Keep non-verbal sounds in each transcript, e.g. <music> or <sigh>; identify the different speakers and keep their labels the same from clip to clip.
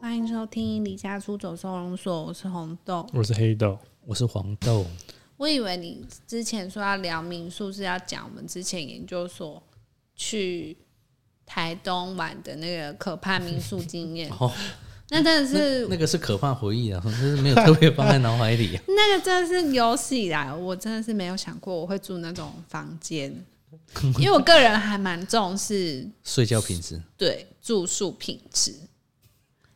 Speaker 1: 欢迎收听《离家出走收容所》，我是红豆。
Speaker 2: 我是黑豆，
Speaker 3: 我是黄豆，，
Speaker 1: 我以为你之前说要聊民宿是要讲我们之前研究所去台东玩的那个可怕民宿经验
Speaker 3: <laughs> <laughs> 哦，
Speaker 1: 那真的
Speaker 3: 那
Speaker 1: 是。
Speaker 3: 那个是可怕回忆啊，就是没有特别放在脑海里、啊
Speaker 1: <laughs> 那个真的是有史以来，我真的是没有想过我会住那种房间，因为我个人还蛮重视
Speaker 3: 睡觉品质
Speaker 1: 对住宿品质，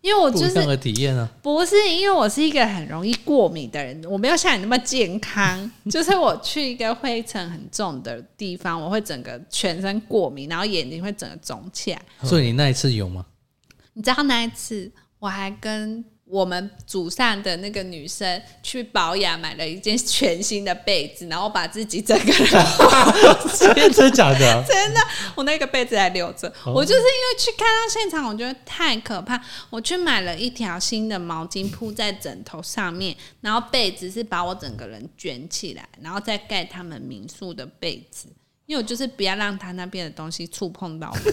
Speaker 1: 因为我
Speaker 3: 不
Speaker 1: 哦就
Speaker 3: 一样
Speaker 1: 是
Speaker 3: 的体验啊，
Speaker 1: 不是因为我是一个很容易过敏的人，我没有像你那么健康， <laughs> 就是我去一个灰尘很重的地方，我会整个全身过敏，然后眼睛会整个肿起来。
Speaker 3: 所以你那一次
Speaker 1: <laughs>
Speaker 3: 有吗？
Speaker 1: 你知道那一次我还跟我们组上的那个女生去保养买了一件全新的被子，然后把自己整个人 <laughs>
Speaker 2: 真的假的？
Speaker 1: 真的，我那个被子还留着。
Speaker 2: 哦
Speaker 1: 我就是因为去看到现场，我觉得太可怕，我去买了一条新的毛巾铺在枕头上面，然后被子是把我整个人卷起来，然后再盖他们民宿的被子。因为我就是不要让他那边的东西触碰到我，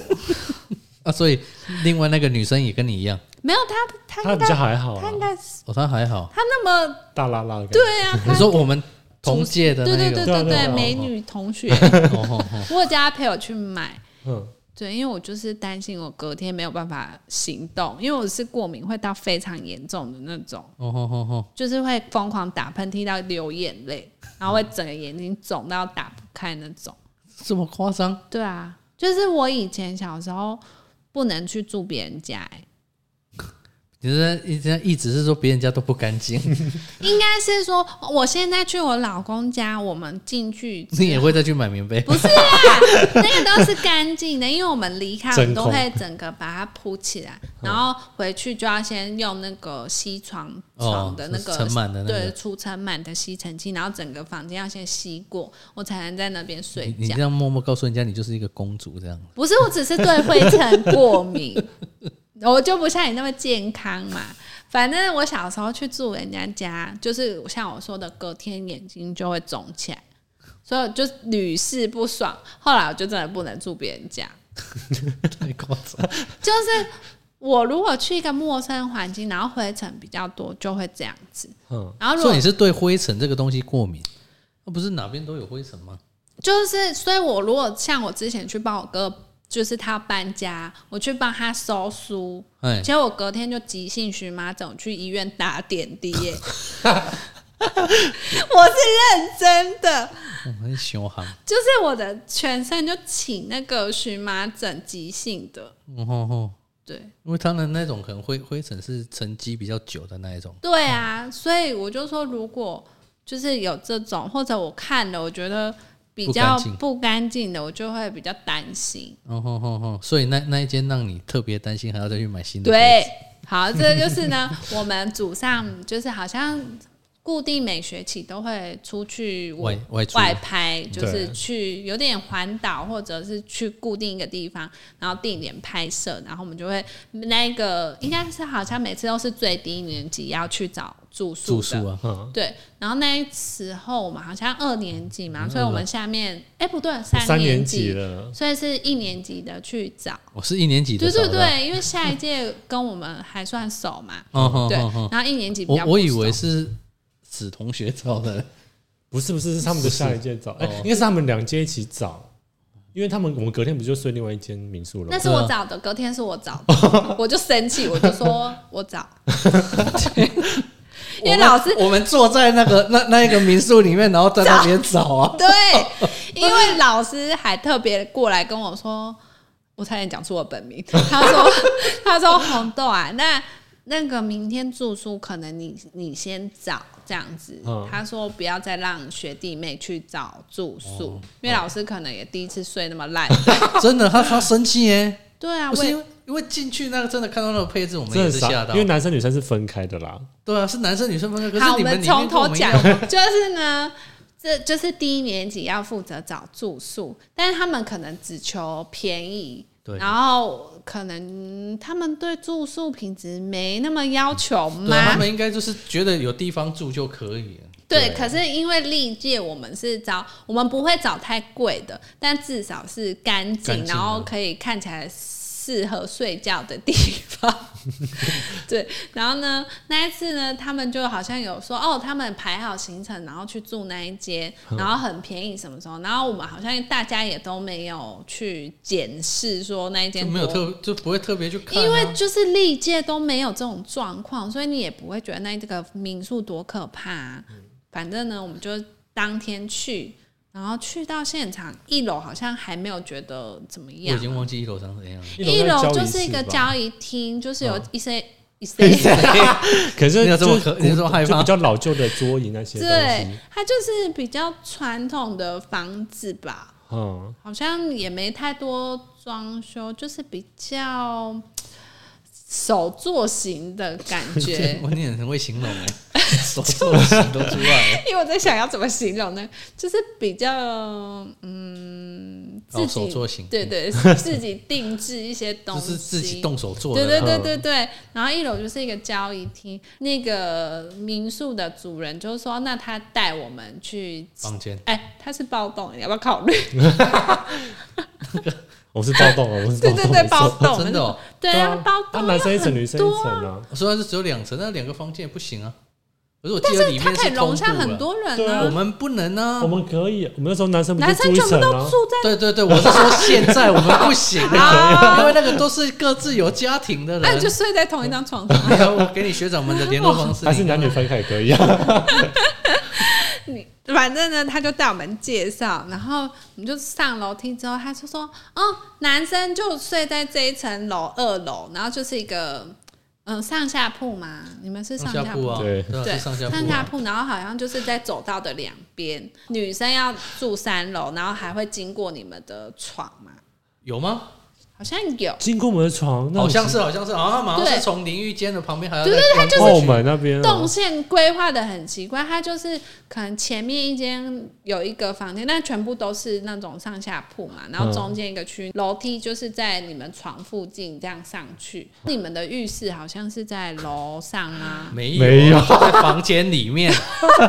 Speaker 3: <laughs> 啊，所以另外那个女生也跟你一样，
Speaker 1: 没有他，他
Speaker 2: 他
Speaker 1: 应
Speaker 2: 比较
Speaker 1: 该
Speaker 2: 还好啊
Speaker 1: 他
Speaker 2: 啦
Speaker 1: 应，该是
Speaker 3: 哦，她还好。
Speaker 1: 他那么
Speaker 2: 大拉拉的感觉。
Speaker 1: 对啊，
Speaker 3: 你
Speaker 1: 他
Speaker 3: 说我们同届的
Speaker 1: 对
Speaker 3: 那
Speaker 1: 对
Speaker 3: 个
Speaker 1: 对
Speaker 3: 吗，
Speaker 1: 对
Speaker 2: 对
Speaker 1: 对
Speaker 2: 啊对啊啊
Speaker 1: 美女同学，
Speaker 3: 哦哦哦，
Speaker 1: 我有叫他陪我去买，
Speaker 2: 嗯，
Speaker 1: 对，因为我就是担心我隔天没有办法行动，因为我是过敏会到非常严重的那种，
Speaker 3: 哦哦哦哦，
Speaker 1: 就是会疯狂打喷嚏到流眼泪，然后会整个眼睛肿到打不开那种。
Speaker 3: 这么夸张？
Speaker 1: 对啊，就是我以前小时候不能去住别人家、欸
Speaker 3: 你这一直一直是说别人家都不干
Speaker 1: <laughs>
Speaker 3: 净，
Speaker 1: 应该是说我现在去我老公家，我们进去之
Speaker 3: 你也会再去买棉被？
Speaker 1: 不是
Speaker 3: <laughs>
Speaker 1: 啦，那个都是干净的，因为我们离开，我们
Speaker 2: 真
Speaker 1: 都
Speaker 2: 空
Speaker 1: 会整个把它
Speaker 3: 哦
Speaker 1: 铺起来，然后回去就要先用那个吸床床的那个、
Speaker 3: 哦尘螨的那个
Speaker 1: 对除尘螨的吸尘器，然后整个房间要先吸过，我才能在那边睡
Speaker 3: 你你
Speaker 1: 觉
Speaker 3: 这。样默默告诉人家你就是一个公主这样，
Speaker 1: 不是，我只是对灰尘过敏， <laughs> 我就不像你那么健康嘛。反正我小时候去住人家家，就是像我说的，隔天眼睛就会肿起来，所以我就屡试不爽。后来我就真的不能住别人家，
Speaker 3: 太夸张。
Speaker 1: 就是我如果去一个陌生环境，然后灰尘比较多，就会这样子。
Speaker 2: 嗯
Speaker 1: 然后如
Speaker 3: 所
Speaker 1: 果
Speaker 3: 以你是对灰尘这个东西过敏？那不是哪边都有灰尘吗？
Speaker 1: 就是，所以我如果像我之前去帮我哥，就是他要搬家，我去帮他收书，
Speaker 3: 哎，
Speaker 1: 结果我隔天就急性荨麻疹，去医院打点滴
Speaker 3: <laughs>
Speaker 1: 耶、我是认真的，
Speaker 3: 我很凶悍。
Speaker 1: <laughs> 就是我的全身就起那个荨麻疹急性的，
Speaker 3: 哦吼吼，
Speaker 1: 对
Speaker 3: 因为他们那种可能灰灰尘是沉积比较久的那一种，
Speaker 1: 对啊，所以我就说，如果就是有这种，或者我看了我觉得比较
Speaker 3: 不干净
Speaker 1: 不干净的，我就会比较担心。
Speaker 3: 哦吼吼吼，所以那那一间让你特别担心，还要再去买新的。，
Speaker 1: 对，好，这就是呢，我们组上就是好像固定每学期都会出去
Speaker 3: 外外出
Speaker 1: 外拍，就是
Speaker 2: 对
Speaker 1: 去有点环岛或者是去固定一个地方，然后定点拍摄，然后我们就会那个应该是好像每次都是最低年级要去找住宿
Speaker 3: 住
Speaker 1: 的。
Speaker 3: 宿啊，
Speaker 2: 嗯，
Speaker 1: 对，然后那时候我们好像二年级嘛，所以我们下面哎、不对，
Speaker 2: 三
Speaker 1: 年
Speaker 2: 年级了，
Speaker 1: 所以是一年级的去找。
Speaker 3: 我是一年级的
Speaker 1: 对
Speaker 3: 找
Speaker 1: 对
Speaker 3: 的啊，
Speaker 1: 对，因为下一届跟我们还算熟嘛，
Speaker 3: 哦吼
Speaker 1: 对
Speaker 3: 吼吼，，
Speaker 1: 然后一年级比较不熟
Speaker 3: 我我以为是死同学找的，
Speaker 2: 不是不是是他们的下一届找，哎
Speaker 3: 哦，
Speaker 2: 应该是他们两届一起找，因为他们我们隔天不就睡另外一间民宿了
Speaker 1: 那
Speaker 2: 吗？
Speaker 1: 是我找的，隔天是我找的，我就生气，我就说 <laughs> 我找，
Speaker 3: <laughs>
Speaker 1: 因为老师
Speaker 3: 我们我们坐在那个那那一个民宿里面，然后在那边找
Speaker 1: <laughs>
Speaker 3: 啊，
Speaker 1: 对，因为老师还特别过来跟我说，我差点讲出我本
Speaker 3: <laughs>
Speaker 1: 名，他说他说红豆啊，那那个明天住宿可能你你先找这样子，
Speaker 2: 嗯
Speaker 1: 他说不要再让学弟妹去找住宿，
Speaker 3: 哦
Speaker 1: 因为老师可能也第一次睡那么烂，
Speaker 3: 真的，他他生气耶，
Speaker 1: 对啊，
Speaker 3: 不
Speaker 1: 我
Speaker 3: 是
Speaker 1: 也
Speaker 3: 因为因为进去那个真的看到那个配置，我们
Speaker 2: 真
Speaker 3: 也
Speaker 2: 的
Speaker 3: 是
Speaker 2: 傻
Speaker 3: 吓到
Speaker 2: 因为，男生女生是分开的啦，
Speaker 3: 对啊，是男生女生分开，可
Speaker 1: 好，
Speaker 3: 是
Speaker 1: 我
Speaker 3: 你
Speaker 1: 们
Speaker 3: 里面
Speaker 1: 从
Speaker 3: 跟
Speaker 1: 头
Speaker 3: 我们一
Speaker 1: 讲
Speaker 3: 样，
Speaker 1: 就是呢，这就是第一年级要负责找住宿，但是他们可能只求便宜，
Speaker 3: 对
Speaker 1: 然后可能他们对住宿品质没那么要求
Speaker 3: 对啊，
Speaker 1: 嘛
Speaker 3: 他。们应该就是觉得有地方住就可以了。
Speaker 1: 对，可是因为历届我们是找，我们不会找太贵的，但至少是干
Speaker 3: 干
Speaker 1: 净，
Speaker 3: 净的
Speaker 1: 然后可以看起来是适合睡觉的地
Speaker 3: <laughs>
Speaker 1: 方。对，然后呢，那一次呢，他们就好像有说哦，他们排好行程，然后去住那一间，然后很便宜什么什么，然后我们好像大家也都没有去检视说那一
Speaker 3: 就
Speaker 1: 间
Speaker 3: 没有
Speaker 1: 多
Speaker 3: 特就不会特别去看啊、
Speaker 1: 因为就是历届都没有这种状况，所以你也不会觉得那这个民宿多可怕啊、反正呢，我们就当天去，然后去到现场一楼好像还没有觉得怎么
Speaker 3: 我
Speaker 1: 样
Speaker 3: 已，经忘记一楼长怎样了。
Speaker 1: 一楼
Speaker 2: 楼
Speaker 1: 就
Speaker 2: 就是
Speaker 1: 一个
Speaker 2: 交，
Speaker 1: 交易厅，就是有
Speaker 2: 哦
Speaker 1: 一些一些。
Speaker 2: 可
Speaker 3: <laughs>
Speaker 2: 是
Speaker 3: 你有这么
Speaker 2: 就是
Speaker 3: 可你有这么害怕
Speaker 2: 就比较老旧的桌椅那些东
Speaker 1: 对
Speaker 2: 西，，
Speaker 1: 它就是比较传统的房子吧，
Speaker 2: 嗯，
Speaker 1: 好像也没太多装修，就是比较手作型的感觉。
Speaker 3: <laughs> 我你很会形容
Speaker 1: <laughs>
Speaker 3: 哎，手做的形都出来了。
Speaker 1: 因为我在想要怎么形容呢？就是比较嗯，自
Speaker 3: 哦，
Speaker 1: 己、
Speaker 3: 手做型，
Speaker 1: 对，对， <laughs> 自己定制一些 <laughs> 东
Speaker 3: 就
Speaker 1: 西，
Speaker 3: 是自己动手做
Speaker 1: 对
Speaker 3: 的。
Speaker 1: 对对
Speaker 2: 嗯
Speaker 1: 对对，然后一楼就是一个交易厅，那个民宿的主人就是说，那他带我们去，
Speaker 3: 房间
Speaker 1: 哎，他是暴动，你要不要考
Speaker 3: <laughs>
Speaker 1: 虑？
Speaker 2: 我是暴动了，我是
Speaker 1: 对
Speaker 2: 暴
Speaker 1: 对
Speaker 2: 动
Speaker 1: 对，
Speaker 2: 没
Speaker 1: 暴
Speaker 2: 错
Speaker 1: 动，
Speaker 3: 真的哦
Speaker 1: 对
Speaker 2: 对
Speaker 1: 啊，
Speaker 2: 啊
Speaker 1: 暴
Speaker 2: 啊
Speaker 1: 动，
Speaker 2: 男生一层，女生一层啊，
Speaker 3: 我说它是只有两层，那两个房间也不行啊。可是我记得里
Speaker 1: 它
Speaker 3: 面
Speaker 1: 可以容
Speaker 3: 通
Speaker 1: 下
Speaker 3: 铺
Speaker 1: 很
Speaker 3: 的。
Speaker 1: 多人
Speaker 2: 对啊
Speaker 3: 我
Speaker 1: 呢、
Speaker 3: 们不能啊
Speaker 2: 我。们可以，我们那时候男生不
Speaker 1: 男
Speaker 2: 是
Speaker 1: 生
Speaker 2: 住一
Speaker 1: 全部
Speaker 2: 层
Speaker 1: 都
Speaker 2: 啊，
Speaker 1: 住在。
Speaker 3: 对对对，我是说现在我们不行啊，
Speaker 1: <laughs> 啊
Speaker 3: 因为那个都是各自有家庭的
Speaker 1: 那、你就
Speaker 3: 人。
Speaker 1: 睡在同一张床上，
Speaker 3: 哎呀我给你学长们的联络方式，
Speaker 2: 还是男女分开也可以啊，
Speaker 1: 你反正呢，他就带我们介绍，然后我们就上楼梯之后，他就说：“哦，男生就睡在这一层楼二楼，然后就是一个嗯、呃上下铺嘛，你们是
Speaker 3: 上
Speaker 1: 下
Speaker 3: 下铺啊，
Speaker 2: 对
Speaker 3: 啊
Speaker 1: 对，
Speaker 3: 是上下铺啊，
Speaker 1: 上下铺，然后好像就是在走道的两边，女生要住三楼，然后还会经过你们的床嘛，
Speaker 3: 有吗？
Speaker 1: 好像有，
Speaker 2: 经过我们的床，那
Speaker 3: 好像
Speaker 2: 是
Speaker 3: 是好像是啊，马上
Speaker 1: 对
Speaker 3: 是从淋浴间的旁边还要
Speaker 1: 对
Speaker 3: 再
Speaker 1: 对对
Speaker 3: 翻
Speaker 1: 它就
Speaker 3: 过
Speaker 2: 澳
Speaker 3: 去，
Speaker 2: 门那边啊
Speaker 1: 动线规划的很奇怪，它就是可能前面一间有一个房间，但全部都是那种上下铺嘛，然后
Speaker 2: 嗯
Speaker 1: 中间一个区，楼梯就是在你们床附近这样上去。你们的浴室好像是在楼上啊
Speaker 3: <laughs> 没有
Speaker 2: 没有
Speaker 3: 就在房间里
Speaker 1: <laughs>
Speaker 3: 面，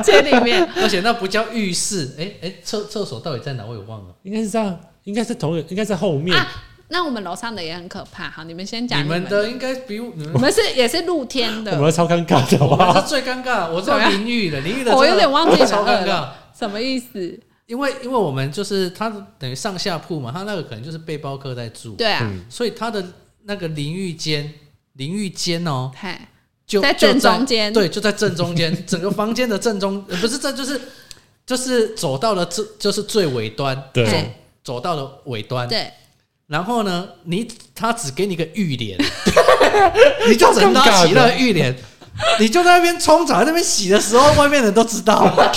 Speaker 1: 这里面
Speaker 3: 而且那不叫浴室，哎哎，厕厕所到底在哪？我也忘了。
Speaker 2: 应该是这样，应该是同一个应该在后面，
Speaker 1: 啊，那我们楼上的也很可怕。好，你们先讲
Speaker 3: 你们
Speaker 1: 的，
Speaker 3: 的应该比我你
Speaker 1: 我
Speaker 2: <laughs>
Speaker 3: 们
Speaker 1: 们是也是露天
Speaker 2: 我
Speaker 1: 的，
Speaker 2: 们超尴尬的，好
Speaker 3: 我
Speaker 2: 不好
Speaker 3: 们是最尴尬，我知道
Speaker 1: 对啊
Speaker 3: 淋浴的淋浴的，
Speaker 1: 我有点忘记
Speaker 3: 超
Speaker 1: 哪
Speaker 3: 尴
Speaker 1: 个
Speaker 3: 尬。
Speaker 1: 了，什么意思？
Speaker 3: 因为因为我们就是他等于上下铺嘛，他那个可能就是背包客在住，
Speaker 1: 对啊，
Speaker 2: 嗯
Speaker 3: 所以他的那个淋浴间，淋浴间哦，
Speaker 1: 嗨，
Speaker 3: 就
Speaker 1: 在
Speaker 3: 就
Speaker 1: 正中间
Speaker 3: 对，就在正
Speaker 1: <laughs>
Speaker 3: 中间，整个房间的正中，呃不是这就是就是走到了这就是最尾端，
Speaker 2: 对
Speaker 1: 嘿
Speaker 3: 走到了尾端，
Speaker 1: 对，
Speaker 3: 然后呢，你他只给你个浴
Speaker 2: <laughs>
Speaker 3: 帘，你就只
Speaker 2: 超尴尬
Speaker 3: 拿
Speaker 2: 的
Speaker 3: 起那个浴帘，你就在那边冲澡，在那边洗的时候，外面人都知道了，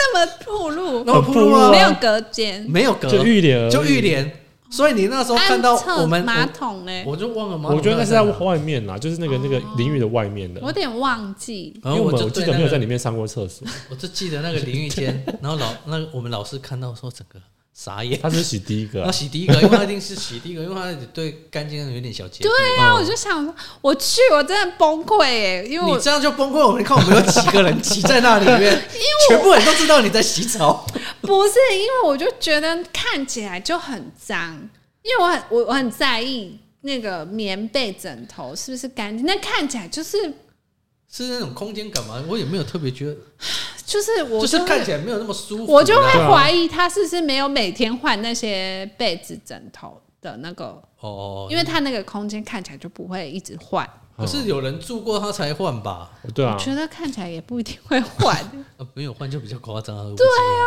Speaker 1: 那么铺路，
Speaker 3: 然后
Speaker 2: 很
Speaker 3: 铺路啊
Speaker 1: 没有隔间，
Speaker 3: 没有隔
Speaker 2: 就浴帘而已
Speaker 3: 就浴，帘，所以你那时候看到
Speaker 1: 按侧
Speaker 3: 我们
Speaker 1: 马桶呢、
Speaker 3: 我就忘了吗？
Speaker 2: 我觉得那是在
Speaker 3: 我
Speaker 2: 外面啦，就是那个那个淋浴的外面的
Speaker 1: 我有，点忘记。
Speaker 3: 然
Speaker 2: 因
Speaker 3: 后哦我
Speaker 2: 为我们
Speaker 3: 就
Speaker 2: 我记
Speaker 3: 对
Speaker 2: 得
Speaker 3: 那
Speaker 2: 没有在
Speaker 3: 个，
Speaker 2: 里面上过厕
Speaker 3: <laughs>
Speaker 2: 所，
Speaker 3: 我就记得那个淋浴间，然后老 <laughs> 那个我们老师看到说整个傻眼，
Speaker 2: 他是洗第一个
Speaker 3: 要
Speaker 2: 啊，
Speaker 3: 洗第一
Speaker 2: <laughs>
Speaker 3: 个，因为他一定是洗第一个，因为他对干净有点小洁癖。
Speaker 1: 对呀、
Speaker 2: 嗯
Speaker 1: 我就想说，我去，我真的崩溃哎、因为我
Speaker 3: 你这样就崩溃我们，你看我们有几个人挤在那里
Speaker 1: <laughs>
Speaker 3: 面，全部人都知道你在洗澡。
Speaker 1: 不是因为我就觉得看起来就很脏，因为我很我我很在意那个棉被枕头是不是干净，那看起来就是
Speaker 3: 是那种空间感嘛？我也没有特别觉得，
Speaker 1: 就是我
Speaker 3: 就是
Speaker 1: 会
Speaker 3: 看起来没有那么舒服啊。
Speaker 1: 我就会
Speaker 2: 对啊
Speaker 1: 怀疑他是不是没有每天换那些被子枕头的那个，
Speaker 3: 哦，
Speaker 1: 因为他那个空间看起来就不会一直换，
Speaker 3: 可是有人住过他才换吧？
Speaker 2: 对
Speaker 1: 我
Speaker 2: 啊，
Speaker 1: 觉得看起来也不一定会换。
Speaker 3: 啊，没有换就比较夸张啊。对啊，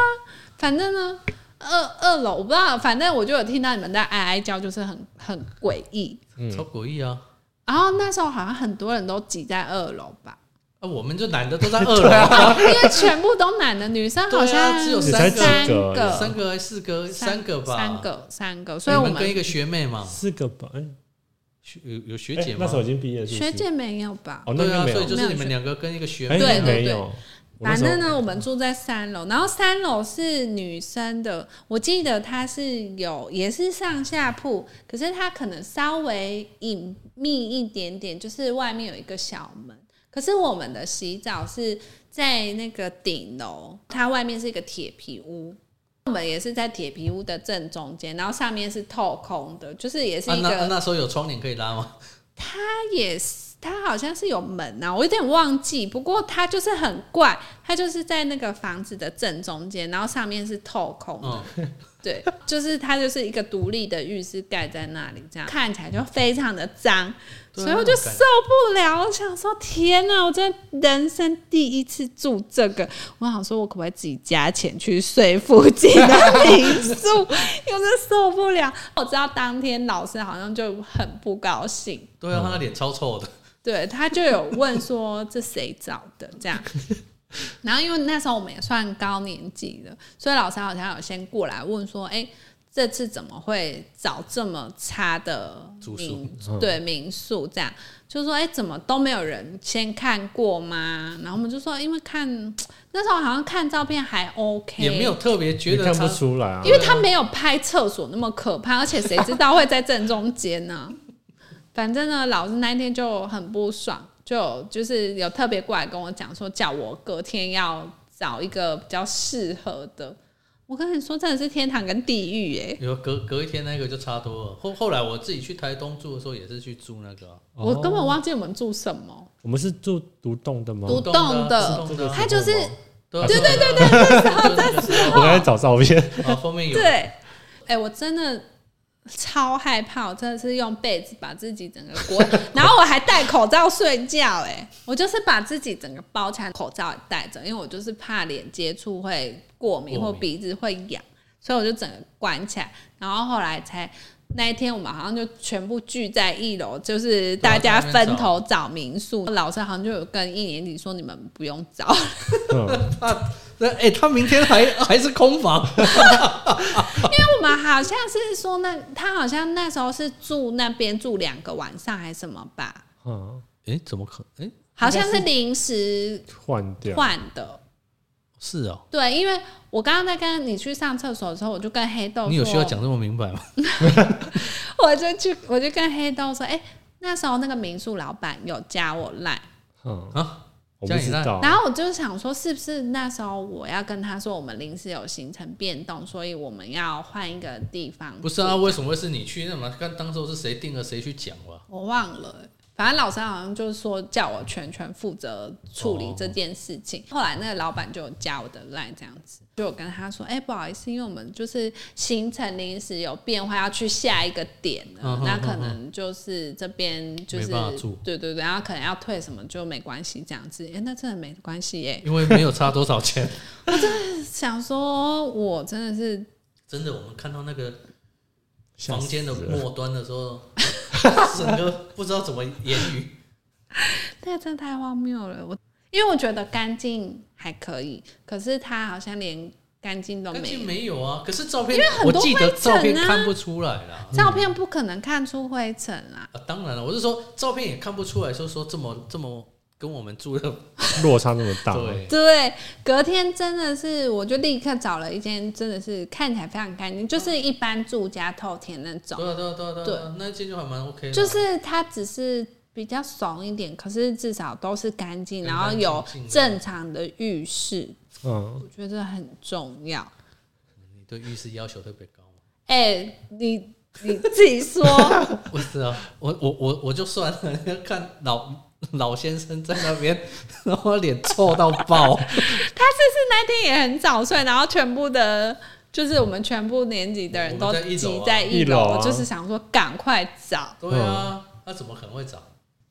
Speaker 1: 反正呢，二二楼我不知道，反正我就有听到你们在哀哀叫，就是很很诡异。
Speaker 3: 超诡异啊！
Speaker 1: 然后那时候好像很多人都挤在二楼吧，
Speaker 3: 啊，我们就男的都在 <laughs> 二楼，
Speaker 1: 因为全部都男的，女生好
Speaker 3: 对
Speaker 1: 像
Speaker 3: 啊只有
Speaker 1: 三
Speaker 3: 三个
Speaker 1: 个，
Speaker 3: 三个还是四个，三个吧，
Speaker 1: 三个三个，所以
Speaker 3: 你
Speaker 1: 我
Speaker 3: 们跟一
Speaker 1: 们
Speaker 3: 个学妹嘛，
Speaker 2: 四个吧，哎
Speaker 3: 学有有学姐
Speaker 2: 哎
Speaker 3: 吗
Speaker 2: 那时？候已经毕业，是不是
Speaker 1: 学姐没有吧？
Speaker 2: 哦，
Speaker 3: 对
Speaker 2: 那应该
Speaker 3: 啊，
Speaker 2: 没
Speaker 3: 所以
Speaker 2: 有，
Speaker 3: 就是你们两个跟一个学
Speaker 2: 哎
Speaker 3: 妹
Speaker 1: 对
Speaker 2: 那
Speaker 1: 对
Speaker 3: 嘛，啊
Speaker 2: 没有，我那
Speaker 1: 反
Speaker 2: 时候
Speaker 1: 正呢，我们住在三楼，然后三楼是女生的，我记得她是有也是上下铺，可是她可能稍微隐秘一点点，就是外面有一个小门。可是我们的洗澡是在那个顶楼，它外面是一个铁皮屋，我们也是在铁皮屋的正中间，然后上面是透空的，就是也是
Speaker 3: 啊，
Speaker 1: 一
Speaker 3: 那
Speaker 1: 个，
Speaker 3: 那时候有窗帘可以拉吗？ <laughs>
Speaker 1: 它也是它好像是有门啊，我有点忘记。不过它就是很怪，它就是在那个房子的正中间，然后上面是透空的，
Speaker 3: 嗯，
Speaker 1: <laughs> 对，就是它就是一个独立的浴室盖在那里，这样看起来就非常的脏，
Speaker 3: 对啊
Speaker 1: 所以我就
Speaker 3: 那种
Speaker 1: 受
Speaker 3: 感觉
Speaker 1: 不了，我想说天哪，我真的人生第一次住这个，我想说我可不可以自己加钱去睡附近的民宿， <laughs> 因为我真的受不了。我知道当天老师好像就很不高兴。
Speaker 3: 对啊，他那脸超臭的，
Speaker 1: <laughs> 对他就有问说这谁找的这样。然后因为那时候我们也算高年级了，所以老师好像有先过来问说：“哎、这次怎么会找这么差的
Speaker 3: 住宿
Speaker 1: 民
Speaker 2: 嗯
Speaker 1: 对民宿？”这样就说：“哎、怎么都没有人先看过吗？”然后我们就说：“因为看那时候好像看照片还 OK，
Speaker 3: 也没有特别觉
Speaker 2: 你
Speaker 3: 得
Speaker 2: 看
Speaker 3: 他
Speaker 2: 不出来啊
Speaker 1: 因。为他没有拍厕所那么可怕，而且谁知道会在正中间呢？ <laughs> 反正呢，老师那一天就很不爽，就有就是有特别过来跟我讲说，叫我隔天要找一个比较适合的。我跟你说，真的是天堂跟地狱耶、
Speaker 3: 有隔隔一天那个就差多了。后后来我自己去台东住的时候，也是去住那个啊
Speaker 2: 哦
Speaker 1: 我根本忘记我们住什么，
Speaker 2: 我们是住独栋的吗？
Speaker 1: 独
Speaker 3: 独
Speaker 1: 栋的
Speaker 3: 独栋的啊，
Speaker 1: 他就是
Speaker 3: 对
Speaker 2: 对
Speaker 3: 对对对，那时
Speaker 2: 我刚才找照片， <laughs>
Speaker 3: 候封面有
Speaker 1: 对，哎、我真的。超害怕，我真的是用被子把自己整个裹，
Speaker 3: <laughs>
Speaker 1: 然后我还戴口罩睡觉、哎，我就是把自己整个包起来，口罩也戴着，因为我就是怕脸接触会过敏
Speaker 3: 过
Speaker 1: 或
Speaker 3: 敏
Speaker 1: 鼻子会痒，所以我就整个关起来。然后后来才那一天，我们好像就全部聚在一楼，就是大家
Speaker 3: 对啊在那边
Speaker 1: 分头找民宿。老师好像就有跟一年级说，你们不用找，
Speaker 2: 嗯，
Speaker 3: 啊，那哎、他明天还还是空房，
Speaker 1: 因为我们好像是说那他好像那时候是住那边住两个晚上还是什么吧，
Speaker 2: 嗯，
Speaker 3: 哎、怎么可哎、
Speaker 1: 好像是临时
Speaker 2: 换掉，
Speaker 1: 换的。
Speaker 3: 是哦，
Speaker 1: 对，因为我刚刚在跟你去上厕所的时候，我就跟黑豆说，
Speaker 3: 你有需要讲这么明白吗？
Speaker 1: 我就去，我就跟黑豆说，哎、那时候那个民宿老板有加我赖，
Speaker 2: 嗯，
Speaker 3: 啊，
Speaker 2: 我不知道，
Speaker 1: 然后我就想说，是不是那时候我要跟他说我们临时有行程变动，所以我们要换一个地方？
Speaker 3: 不是啊，，为什么会是你去？那么看当时候是谁定了谁去讲吧。
Speaker 1: 我忘了欸、反正老师好像就是说叫我全权负责处理
Speaker 3: 哦
Speaker 1: 这件事情。后来那个老板就有加我的 line 这样子，就我跟他说：“哎、不好意思，因为我们就是行程临时有变化，要去下一个点了，
Speaker 3: 嗯哼
Speaker 1: 那
Speaker 3: 嗯
Speaker 1: 可
Speaker 3: 哼
Speaker 1: 能就是这边就是
Speaker 3: 没办法住
Speaker 1: 对对对，然后可能要退什么就没关系这样子。哎、那真的没关系耶、
Speaker 3: 因为没有差多
Speaker 1: <laughs>
Speaker 3: 少钱，嗯
Speaker 1: 想说我真的是
Speaker 3: 真的，我们看到那个
Speaker 2: 吓
Speaker 3: 房
Speaker 2: 死 <laughs>
Speaker 3: 间的
Speaker 2: 了
Speaker 3: 末端的时候，整个不知道怎么言语。
Speaker 1: 那真的太荒谬了。我因为我觉得干净还可以，可是他好像连干净都
Speaker 3: 但
Speaker 1: 没
Speaker 3: 是
Speaker 1: 有。
Speaker 3: 没有啊，可是照片
Speaker 1: 很
Speaker 3: 我
Speaker 1: 多
Speaker 3: 记
Speaker 1: 灰
Speaker 3: 得
Speaker 1: 尘
Speaker 3: 照片
Speaker 1: 啊
Speaker 3: 看不出来啦。
Speaker 1: 照片不可能看出灰尘啦。
Speaker 3: 啊，当然了，我是说照片也看不出来，说说这么这么跟我们住的
Speaker 2: 落差那么大，
Speaker 3: 对，
Speaker 1: 对，隔天真的是，我就立刻找了一间，真的是看起来非常干净，就是一般住家透天那种，
Speaker 3: 对啊对啊对啊对啊，那一间就还蛮 OK 的，
Speaker 1: 就是它只是比较怂一点，可是至少都是干净，
Speaker 3: 干干
Speaker 1: 然后有
Speaker 3: 净净的
Speaker 1: 正常的浴室，
Speaker 2: 嗯，
Speaker 1: 我觉得很重要。
Speaker 3: 你对浴室要求特别高吗？
Speaker 1: 哎、你你自己
Speaker 3: <laughs>
Speaker 1: 说，
Speaker 3: 不是啊，我我我我就算了，看老老先生在那边，然后脸臭到爆，
Speaker 1: 他这次那天也很早睡，然后全部的，就是我们全部年级的人
Speaker 3: 我
Speaker 1: 都
Speaker 3: 们在一楼啊
Speaker 1: 挤在一
Speaker 2: 一
Speaker 1: 楼，
Speaker 2: 楼啊
Speaker 1: 就是想说赶快找。
Speaker 3: <laughs> 对啊，那怎么可能会找？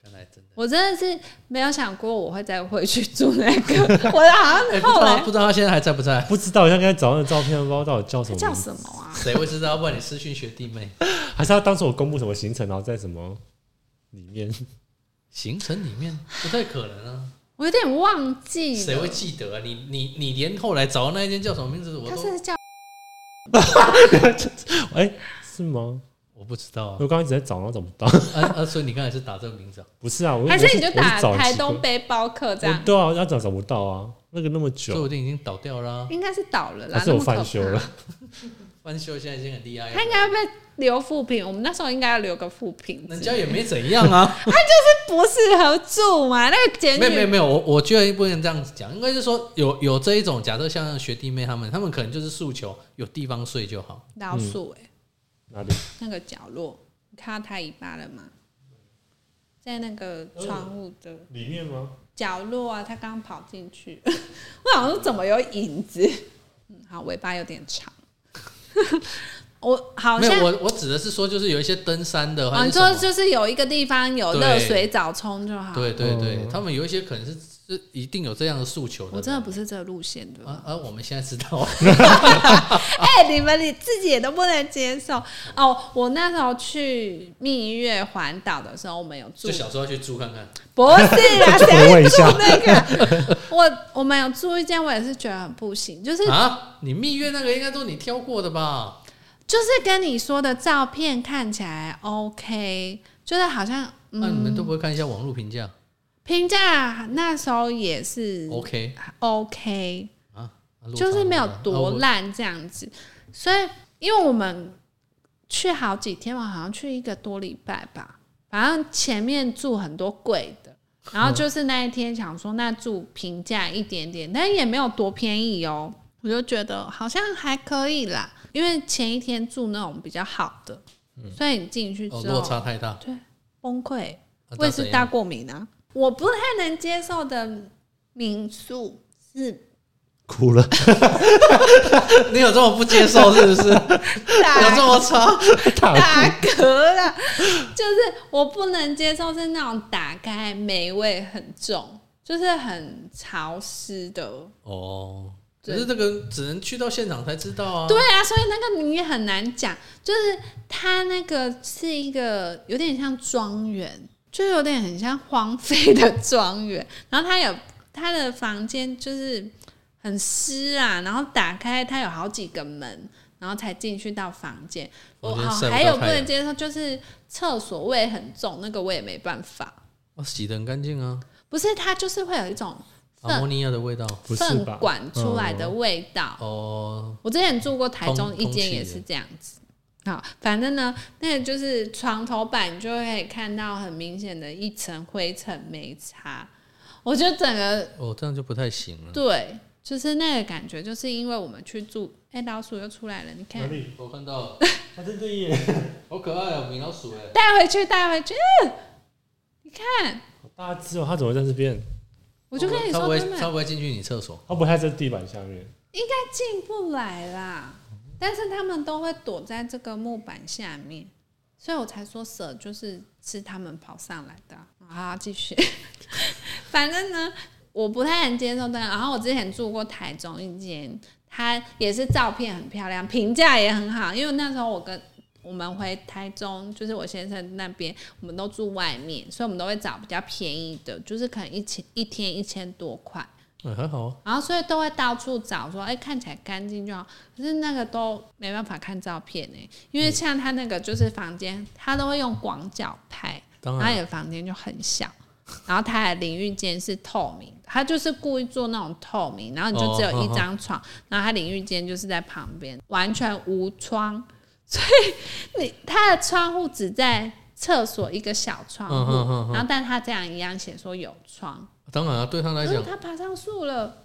Speaker 3: 看来真的，
Speaker 1: 我真的是没有想过我会再回去住那个，我好
Speaker 3: 哎、
Speaker 1: 像
Speaker 3: 不知
Speaker 1: 后
Speaker 3: 道他
Speaker 1: 来
Speaker 3: 不知道他现在还在不在？
Speaker 2: 不知道，像刚才找那个照片，不知道到底叫什么，
Speaker 1: 叫什？么啊？
Speaker 3: 谁会知道？问你私讯学弟妹，
Speaker 2: 还是他当初我公布什么行程，然后在什么里
Speaker 1: <laughs>
Speaker 2: 面？
Speaker 3: 行程里面不太可能啊，
Speaker 1: 我有点忘记
Speaker 3: 谁
Speaker 1: 了，
Speaker 3: 会记得啊？你你你连后来找的那一间叫什么名字我
Speaker 1: 他
Speaker 3: 都
Speaker 1: 是叫
Speaker 2: 哎、是吗？
Speaker 3: 我不知道啊 <laughs>
Speaker 2: 我刚刚一直在找，然后找不到。 <laughs>
Speaker 3: 啊啊！所以你刚才是打这个名字啊？
Speaker 2: 不是啊，我
Speaker 1: 还
Speaker 2: 我
Speaker 1: 是
Speaker 2: 是
Speaker 1: 你就
Speaker 2: 我是
Speaker 1: 打
Speaker 2: 找
Speaker 1: 台
Speaker 2: 几个
Speaker 1: 东背包客这
Speaker 2: 我
Speaker 1: 样？
Speaker 2: 对啊，要找找不到啊，那个那么
Speaker 3: 说
Speaker 2: 久，
Speaker 3: 不定已经倒掉啦、
Speaker 1: 应该是倒了啦，
Speaker 2: 还是
Speaker 1: 那
Speaker 2: 我
Speaker 1: 么可
Speaker 2: 翻
Speaker 1: 怕
Speaker 2: 修了。
Speaker 3: 翻修现在已经很厉害
Speaker 1: 他应
Speaker 3: 了，
Speaker 1: 该被留副评，我们那时候应该要留个副评，
Speaker 3: 人家也没怎样啊。
Speaker 1: 不适合住嘛？那个监
Speaker 3: 没有没有
Speaker 1: 狱
Speaker 3: 没有，我我觉得不能这样子讲，应该是说有有这一种，假设像学弟妹他们，他们可能就是诉求有地方睡就好。
Speaker 1: 老鼠
Speaker 3: 嗯
Speaker 1: 哎、
Speaker 2: 哪里？
Speaker 1: 那个角落，你看到它尾巴了吗？在那个窗户的
Speaker 2: 里面吗？ <laughs>
Speaker 1: 角落啊，它刚跑进去， <laughs> 我想说怎么有影子？嗯，好，尾巴有点长。 <laughs> 我好
Speaker 3: 没
Speaker 1: 像
Speaker 3: 有，我我指的是说，就是有一些登山的，
Speaker 1: 啊，
Speaker 3: 还
Speaker 1: 你
Speaker 3: 是
Speaker 1: 说
Speaker 3: 什么？
Speaker 1: 就是有一个地方有
Speaker 3: 对
Speaker 1: 热水澡冲就好。
Speaker 3: 对对对
Speaker 2: 嗯，
Speaker 3: 他们有一些可能是是一定有这样的诉求的。
Speaker 1: 我真的不是这个路线的。
Speaker 3: 啊啊！我们现在知
Speaker 1: <laughs>
Speaker 3: 道，
Speaker 1: 哎、你们你自己也都不能接受哦。我那时候去蜜月环岛的时候，我们有住
Speaker 3: 就，小时候去住看看。
Speaker 1: 不是啦，谁
Speaker 2: 我问
Speaker 1: 会
Speaker 2: 一
Speaker 1: 住
Speaker 2: 下
Speaker 1: 那个？我我们有住一间，我也是觉得很不行，就是
Speaker 3: 啊，你蜜月那个应该都是你挑过的吧？
Speaker 1: 就是跟你说的照片看起来 OK，就是好像
Speaker 3: 那、啊你
Speaker 1: 嗯，
Speaker 3: 们都不会看一下网络评价
Speaker 1: 评价那时候也是
Speaker 3: ？OK
Speaker 1: OK，
Speaker 3: 啊，那
Speaker 1: 嗯
Speaker 3: 落差
Speaker 1: 就是没有
Speaker 3: 很大
Speaker 1: 多。
Speaker 3: 啊
Speaker 1: 烂这样子。所以，因为我们去好几天，我好像去一个多礼拜吧，反正前面住很多贵的，然后就是那一天想说，那住平价一点点，但也没有多便宜哦。我就觉得好像还可以啦，因为前一天住那种比较好的，所以你进去
Speaker 3: 我嗯哦，
Speaker 1: 之
Speaker 3: 落
Speaker 1: 后
Speaker 3: 差太大。 <laughs> 啊
Speaker 1: 崩溃。我
Speaker 3: 那
Speaker 1: 也是
Speaker 3: 怎
Speaker 1: 大
Speaker 3: 样
Speaker 1: 过敏啊，我不太能接受的民宿
Speaker 3: <laughs>
Speaker 1: 是
Speaker 2: 哭了，
Speaker 3: 你有这么不接受是
Speaker 1: <laughs>
Speaker 3: 不是？有
Speaker 1: 大
Speaker 3: 这么差？
Speaker 2: 大
Speaker 1: 打嗝了，就是我不能接受是那种打开霉味很重，就是很潮湿的。
Speaker 3: 哦，
Speaker 1: 对
Speaker 3: 可是这个只能去到现场才知道啊。
Speaker 1: 对啊，所以那个你也很难讲，就是它那个是一个有点像庄园，就有点很像荒废的庄园。然后它有它的房间就是很湿啊，然后打开它有好几个门，然后才进去到房间。我
Speaker 3: 房间
Speaker 1: 好
Speaker 3: 晒不
Speaker 1: 还
Speaker 3: 到
Speaker 1: 有不
Speaker 3: 太
Speaker 1: 能
Speaker 3: 阳
Speaker 1: 接受就是厕所味很重，那个我也没办法。
Speaker 3: 哦，洗的很干净啊，
Speaker 1: 不是，它就是啊会有一种
Speaker 3: 阿莫
Speaker 1: 粪
Speaker 3: 尼亚的味道。
Speaker 2: 不是
Speaker 1: 粪
Speaker 2: 吧
Speaker 1: 管出来的味道。
Speaker 3: 哦，
Speaker 1: 我之前住过台中
Speaker 3: 空
Speaker 1: 一间
Speaker 3: 空气
Speaker 1: 也
Speaker 3: 的
Speaker 1: 是这样子。好，反正呢，那个就是床头板就会看到很明显的一层灰尘没擦，我觉得整个
Speaker 3: 哦，这样就不太行了。
Speaker 1: 对，就是那个感觉，就是因为我们去住，哎、老鼠又出来了，你看，
Speaker 2: 里？
Speaker 3: 我看到了，
Speaker 2: 他在这耶，
Speaker 3: 好可爱哦，米老鼠哎。
Speaker 1: 带回去，带回去，嗯你看，
Speaker 2: 好大只哦，他怎么会在这边？
Speaker 1: 我就跟你说，
Speaker 3: 它
Speaker 1: 他
Speaker 3: 不会，
Speaker 1: 们
Speaker 3: 它不会进去你厕所。
Speaker 2: 他不会在地板下面？
Speaker 1: 应该进不来啦，但是他们都会躲在这个木板下面，所以我才说蛇就是是他们跑上来的啊。好，继续， <laughs> 反正呢，我不太能接受的。然后我之前住过台中一间，它也是照片很漂亮，评价也很好，因为那时候我跟。我们回台中，就是我先生那边，我们都住外面，所以我们都会找比较便宜的，就是可能一千一天一千多块，
Speaker 3: 嗯，还好啊。
Speaker 1: 然后所以都会到处找说，哎、看起来干净就好。可是那个都没办法看照片呢、因为像他那个就是房间，他都会用广角拍，
Speaker 3: 当
Speaker 1: 然后
Speaker 3: 然
Speaker 1: 你的房间就很小。然后他的淋浴间是透明的，他就是故意做那种透明，然后你就只有一张床，然后他淋浴间就是在旁边，完全无窗，所以你他的窗户只在厕所一个小窗户，
Speaker 3: 嗯哼哼哼
Speaker 1: 然后但他这样一样写说有窗，
Speaker 3: 当然啊，对他来
Speaker 1: 可是
Speaker 3: 讲，
Speaker 1: 他爬上树了。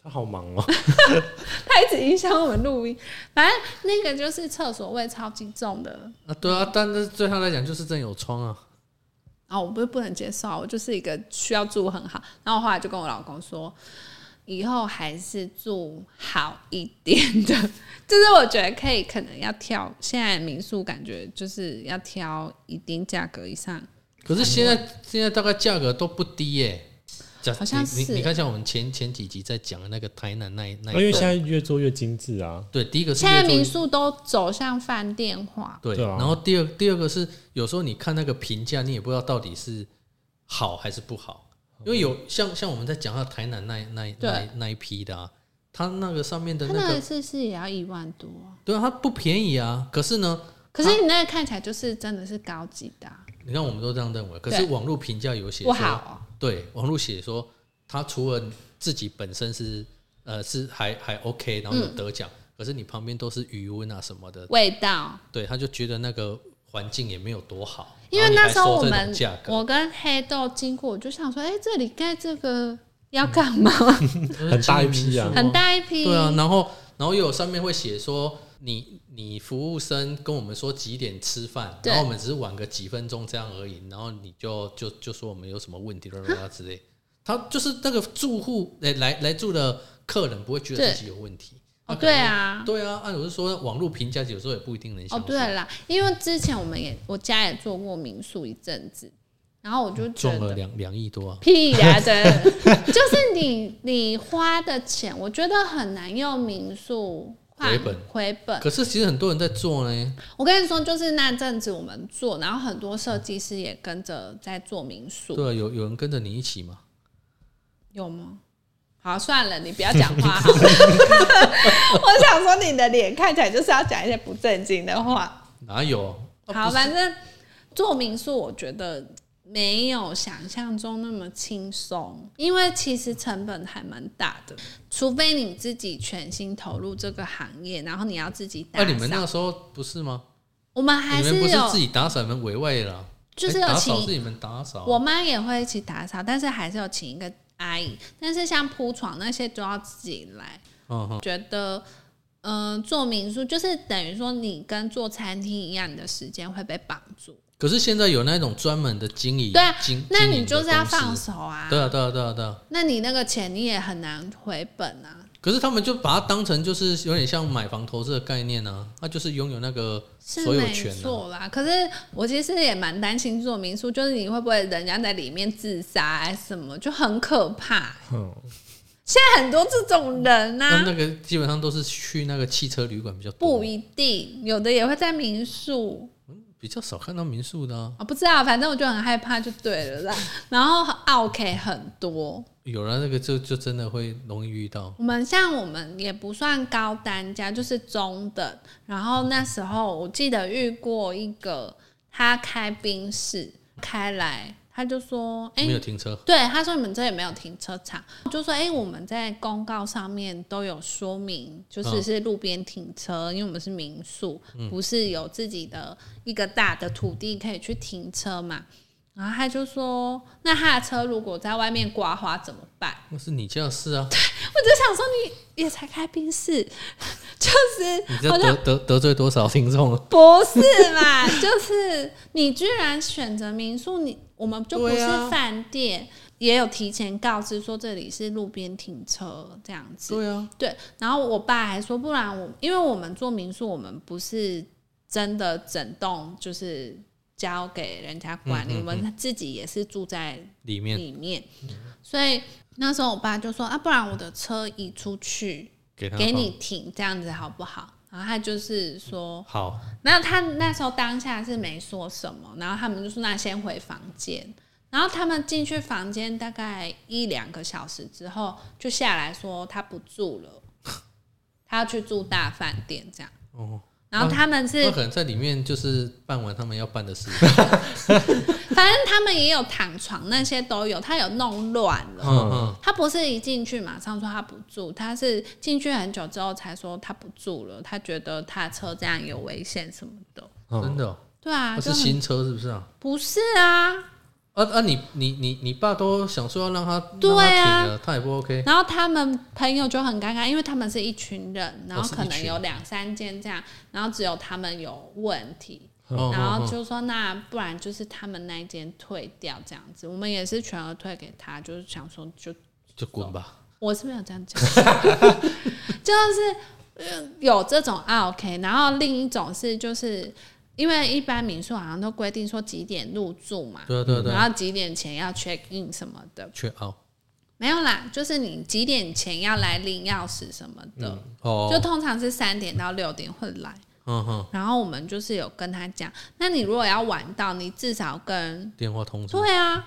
Speaker 2: 他好忙哦，
Speaker 1: 他一直影响我们录音。反正那个就是厕所味超级重的，
Speaker 3: 啊，对啊，但是对他来讲就是真有窗啊。
Speaker 1: 然后哦我不是不能接受啊，我就是一个需要住很好。然后我后来就跟我老公说，以后还是住好一点的，就是我觉得可以，可能要挑现在民宿，感觉就是要挑一定价格以上。
Speaker 3: 可是现在现在大概价格都不低耶、假
Speaker 1: 哎好像是
Speaker 3: 你你你看，像我们前前几集在讲的那个台南那一那
Speaker 2: 因
Speaker 3: 一
Speaker 2: 为现
Speaker 3: 栋
Speaker 2: 在越做越精致啊。
Speaker 3: 对第一个是
Speaker 1: 现在
Speaker 3: 月租
Speaker 1: 民宿都走向饭店化，
Speaker 3: 对，
Speaker 2: 对啊
Speaker 3: 然后第二第二个是有时候你看那个评价，你也不知道到底是好还是不好，因为
Speaker 2: 嗯
Speaker 3: 有像像我们在讲到台南那那那
Speaker 1: 对
Speaker 3: 那一批的啊，他那个上面的
Speaker 1: 他
Speaker 3: 那
Speaker 1: 那
Speaker 3: 个
Speaker 1: 一次是也要一万多啊、
Speaker 3: 对啊，它不便宜啊，可是呢，
Speaker 1: 可是你那个看起来就是真的是高级的啊、
Speaker 3: 你看我们都这样认为，可是
Speaker 1: 对
Speaker 3: 网络评价有写
Speaker 1: 不
Speaker 3: 说
Speaker 1: 好、哦。
Speaker 3: 对，网络写
Speaker 1: 嗯
Speaker 3: 说他除了自己本身是呃是还还 OK，然后有得奖，可是你旁边都是余温啊什么的，
Speaker 1: 味道。
Speaker 3: 对，他就觉得那个环境也没有多好，
Speaker 1: 因为
Speaker 3: 然后
Speaker 1: 那
Speaker 3: 你还
Speaker 1: 时候
Speaker 3: 收
Speaker 1: 我
Speaker 3: 这种
Speaker 1: 们
Speaker 3: 价格，
Speaker 1: 我跟黑豆经过，我就想说，哎、这里盖这个要干嘛？
Speaker 2: 很大一批
Speaker 1: <laughs>
Speaker 2: 啊
Speaker 1: 很大一批，
Speaker 3: 嗯对啊，然后然后又有上面会写说你你服务生跟我们说几点吃饭，
Speaker 1: 对
Speaker 3: 然后我们只是晚个几分钟这样而已，然后你就就就说我们有什么问题啦啦啦之类。他就是那个住户来来来住的客人不会觉得自己有问题。
Speaker 1: 哦，
Speaker 3: 他可能
Speaker 1: 对啊，
Speaker 3: 对啊，按、啊、我是说网络评价有时候也不一定能
Speaker 1: 哦
Speaker 3: 相，信。
Speaker 1: 对啦，因为之前我们也我家也做过民宿一阵子，然后我就觉
Speaker 3: 中了
Speaker 1: 得。
Speaker 3: 两两亿多啊！
Speaker 1: 屁呀、真
Speaker 3: <laughs>
Speaker 1: 的，就是你你花的钱，我觉得很难用民宿换
Speaker 3: 回本
Speaker 1: 回本。
Speaker 3: 可是其实很多人在做呢，
Speaker 1: 我跟你说，就是那阵子我们做，然后很多设计师也跟着在做民宿，
Speaker 3: 对啊，有有人跟着你一起嘛？
Speaker 1: 有吗？好，算了，你不要讲话 <laughs> 好了。我想说，你的脸看起来就是要讲一些不正经的话。
Speaker 3: 哪有？啊
Speaker 1: 好，
Speaker 3: 哦不是
Speaker 1: 反正做民宿，我觉得没有想象中那么轻松，因为其实成本还蛮大的，除非你自己全心投入这个行业，然后你要自己打扫。
Speaker 3: 那、啊你们那时候不是吗？
Speaker 1: 我们还
Speaker 3: 你们不是
Speaker 1: 有
Speaker 3: 自，己打扫，你们委外了啊，
Speaker 1: 就是
Speaker 3: 哎
Speaker 1: 有
Speaker 3: 打扫是
Speaker 1: 请
Speaker 3: 你们打扫啊，
Speaker 1: 我妈也会一起打扫，但是还是有请一个阿姨。但是像铺床那些都要自己来。
Speaker 3: 嗯哼，
Speaker 1: 觉得，嗯、做民宿就是等于说你跟做餐厅一样，你的时间会被绑住。
Speaker 3: 可是现在有那种专门的经营，
Speaker 1: 对啊
Speaker 3: 经
Speaker 1: 那
Speaker 3: 经营
Speaker 1: 你
Speaker 3: 的
Speaker 1: 就是要
Speaker 3: 公司
Speaker 1: 放手啊。
Speaker 3: 对啊，对啊，对啊，对啊。
Speaker 1: 那你那个钱你也很难回本啊，
Speaker 3: 可是他们就把它当成就是有点像买房投资的概念啊，那就是拥有那个
Speaker 1: 是
Speaker 3: 所有
Speaker 1: 没
Speaker 3: 权啊。
Speaker 1: 错啦。可是我其实也蛮担心做民宿，就是你会不会人家在里面自杀还是什么，就很可怕。
Speaker 2: 嗯，
Speaker 1: 现在很多这种人
Speaker 3: 那
Speaker 1: 啊，
Speaker 3: 那个基本上都是去那个汽车旅馆比较多啊
Speaker 1: 不，一定，有的也会在民宿。哦
Speaker 3: 比较少看到民宿的、啊。
Speaker 1: 我、不知道，反正我就很害怕就对了啦。然后 OK 很多，
Speaker 3: 有了那个就就真的会容易遇到。
Speaker 1: 我们像我们也不算高单价，就是中等。然后那时候我记得遇过一个，他开宾士开来，他就说：“哎、
Speaker 3: 没有停车，
Speaker 1: 对，他说你们这也没有停车场。”我就说：“哎、我们在公告上面都有说明，就是
Speaker 3: 嗯
Speaker 1: 是路边停车，因为我们是民宿，不是有自己的一个大的土地可以去停车嘛。”然后他就说：“那他的车如果在外面刮花怎么办？”
Speaker 3: 那是你家的事
Speaker 1: <laughs>
Speaker 3: 啊，
Speaker 1: 我就想说你也才开宾士， <laughs> 就是
Speaker 3: 你这
Speaker 1: 好像
Speaker 3: 得得得罪多少听众啊？
Speaker 1: 不是
Speaker 3: <laughs>
Speaker 1: 嘛？就是你居然选择民宿，你我们就不
Speaker 3: 对
Speaker 1: 是
Speaker 3: 啊
Speaker 1: 饭店，也有提前告知说这里是路边停车这样子。
Speaker 3: 对啊，
Speaker 1: 对，然后我爸还说，不然我因为我们做民宿，我们不是真的整栋就是交给人家管理，
Speaker 3: 嗯嗯嗯嗯
Speaker 1: 我们自己也是住在
Speaker 3: 里面
Speaker 1: 里面，所以那时候我爸就说啊，不然我的车移出去
Speaker 3: 给他
Speaker 1: 给
Speaker 3: 放
Speaker 1: 你停，这样子好不好？然后他就是说，
Speaker 3: 好，
Speaker 1: 那他那时候当下是没说什么，然后他们就说那先回房间。然后他们进去房间大概一两个小时之后，就下来说他不住
Speaker 3: <laughs>
Speaker 1: 了，他要去住大饭店这样。
Speaker 3: 哦，
Speaker 1: 然后他们
Speaker 3: <laughs>
Speaker 1: 是
Speaker 3: 那可能在里面就是办完他们要办的事。
Speaker 1: 反正他们也有躺床那些都有，他有弄乱了。
Speaker 3: 嗯嗯，
Speaker 1: 他不是一进去马上说他不住，他是进去很久之后才说他不住了，他觉得他的车这样有危险什么的。
Speaker 3: 真的哦，
Speaker 1: 对啊，
Speaker 3: 那
Speaker 1: 就是很
Speaker 3: 新车是不是啊？
Speaker 1: 不是啊。
Speaker 3: 啊啊，你你你你爸都想说要让他
Speaker 1: 对
Speaker 3: 让他
Speaker 1: 啊
Speaker 3: 停了，他也不 OK。
Speaker 1: 然后他们朋友就很尴尬，因为他们是一群人，然后
Speaker 3: 哦是一
Speaker 1: 可能
Speaker 3: 群
Speaker 1: 有两三间这样，然后只有他们有问题，
Speaker 3: 哦
Speaker 1: 然后
Speaker 3: 哦
Speaker 1: 就说那不然就是他们那一间退掉这样子，我们也是全额退给他，就是想说就
Speaker 3: 就滚吧。
Speaker 1: 我是没有这样讲， <laughs> 就是呃有这种啊 OK，然后另一种是就是因为一般民宿好像都规定说几点入住嘛，
Speaker 3: 对啊对啊对
Speaker 1: 然
Speaker 3: 啊，
Speaker 1: 后几点前要 check in 什么的，
Speaker 3: 缺凹
Speaker 1: 没有啦，就是你几点前要来领钥匙什么的，就
Speaker 3: 哦。
Speaker 1: 通常是三点到六点会来。
Speaker 3: 嗯哼，
Speaker 1: 然后我们就是有跟他讲，那你如果要晚到，你至少跟
Speaker 3: 电话通知。
Speaker 1: 对啊。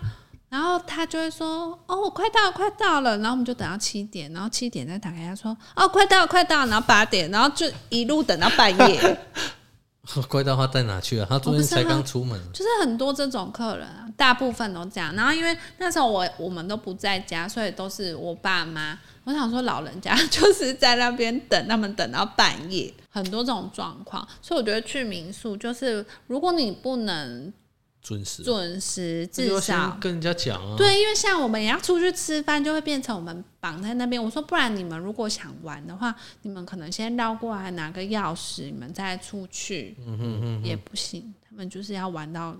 Speaker 1: 然后他就会说：“哦，我快到了，快到了。”然后我们就等到七点，然后七点再
Speaker 3: <laughs>
Speaker 1: 打开，他说：“哦，快到了，快到了。”然后八点，然后就一路等到半夜。
Speaker 3: <laughs> 怪到他带哪去了？啊他昨
Speaker 1: 我
Speaker 3: 天
Speaker 1: 不知道
Speaker 3: 才刚出门，
Speaker 1: 就是很多这种客人啊，大部分都这样。然后因为那时候我我们都不在家，所以都是我爸妈。我想说老人家就是在那边等，他们等到半夜，很多这种状况。所以我觉得去民宿就是，如果你不能
Speaker 3: 准时。
Speaker 1: 准时，
Speaker 3: 这就
Speaker 1: 至
Speaker 3: 要先
Speaker 1: 少
Speaker 3: 跟人家讲啊，
Speaker 1: 对，因为像我们也要出去吃饭，就会变成我们绑在那边。我说，不然你们如果想玩的话，你们可能先绕过来拿个钥匙，你们再出去，嗯哼哼也不行。他们就是要玩到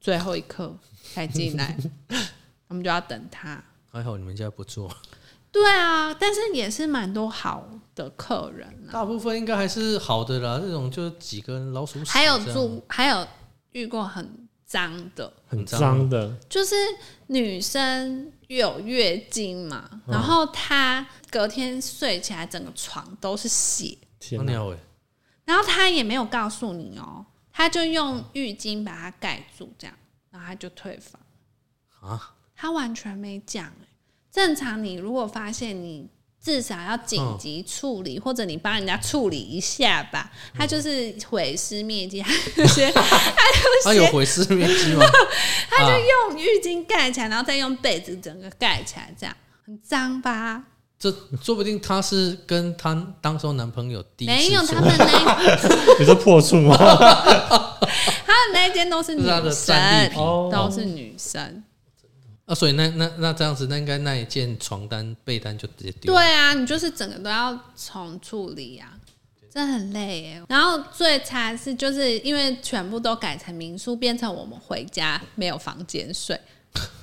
Speaker 1: 最后一刻才进 <laughs> 来，他们就要等他。
Speaker 3: 还好你们家不做，
Speaker 1: 对啊，但是也是蛮多好的客人啊，
Speaker 3: 大部分应该还是好的啦。这种就几根老鼠屎这样，
Speaker 1: 还有住，还有遇过很脏啊的，
Speaker 2: 很
Speaker 3: 很脏
Speaker 2: 脏的，
Speaker 1: 就是女生有月经嘛，然后她隔天睡起来整个床都是血，
Speaker 2: 天
Speaker 3: 那
Speaker 2: 哪！
Speaker 3: 鸟哎，
Speaker 1: 然后她也没有告诉你哦，她就用浴巾把它盖住，这样，然后她就退房，
Speaker 3: 啊，
Speaker 1: 她完全没讲、欸。正常你如果发现你至少要紧急处理，或者你帮人家处理一下吧，她就是毁尸灭迹，她就是
Speaker 3: 他啊有回视面积吗？他就
Speaker 1: 用浴巾盖起来，然后再用被子整个盖起来，这样很脏吧？
Speaker 3: 这说不定他是跟他当时候男朋友第一次
Speaker 1: 没有，
Speaker 3: 做
Speaker 1: 他们那
Speaker 2: 你说破处吗？
Speaker 1: <laughs> 他们那一间都
Speaker 3: <laughs>
Speaker 1: 是女
Speaker 3: 是他的战
Speaker 1: 生
Speaker 3: 利，品
Speaker 2: 哦
Speaker 1: 都是女生。
Speaker 3: 啊，所以那那那这样子，那应该那一件床单被单就直接丢。
Speaker 1: 对，啊，你就是整个都要重处理啊，这很累耶。然后最惨是，就是因为全部都改成民宿，变成我们回家没有房间睡，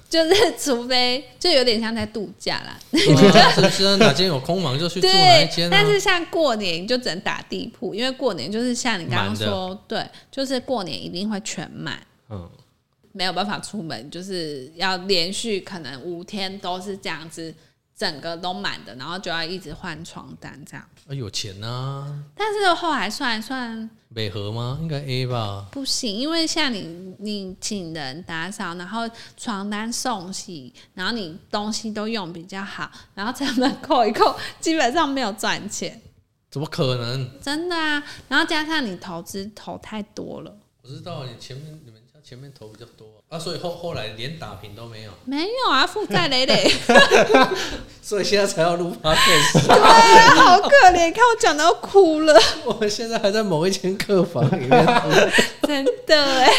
Speaker 1: 就是 <laughs> 除非就有点像在度假啦。
Speaker 3: 是是啊，哪间有空房就去住哪一
Speaker 1: 对
Speaker 3: 间，啊
Speaker 1: 但。是像过年你就只能打地铺，因为过年就是像你刚刚
Speaker 3: 满的
Speaker 1: 说，对，就是过年一定会全满。
Speaker 2: 嗯，
Speaker 1: 没有办法出门，就是要连续可能五天都是这样子，整个都满的，然后就要一直换床单这样。
Speaker 3: 啊，有钱呐、
Speaker 1: 但是后来算一算
Speaker 3: 北河吗？应该 A 吧。
Speaker 1: 不行，因为像你你请人打扫，然后床单送洗，然后你东西都用比较好，然后成本扣一扣，基本上没有赚钱，
Speaker 3: 怎么可能？
Speaker 1: 真的啊。然后加上你投资投太多了。
Speaker 3: 我知道你前面你们家前面投比较多啊，所以后后来连打平都没有，
Speaker 1: 没有啊，负债累累，
Speaker 3: 所以现在才要录 podcast。
Speaker 1: <laughs> 对啊，好可怜，看我讲到哭了。
Speaker 3: <laughs> 我们现在还在某一间客房里面 <laughs> 录，
Speaker 1: <laughs> 真的哎、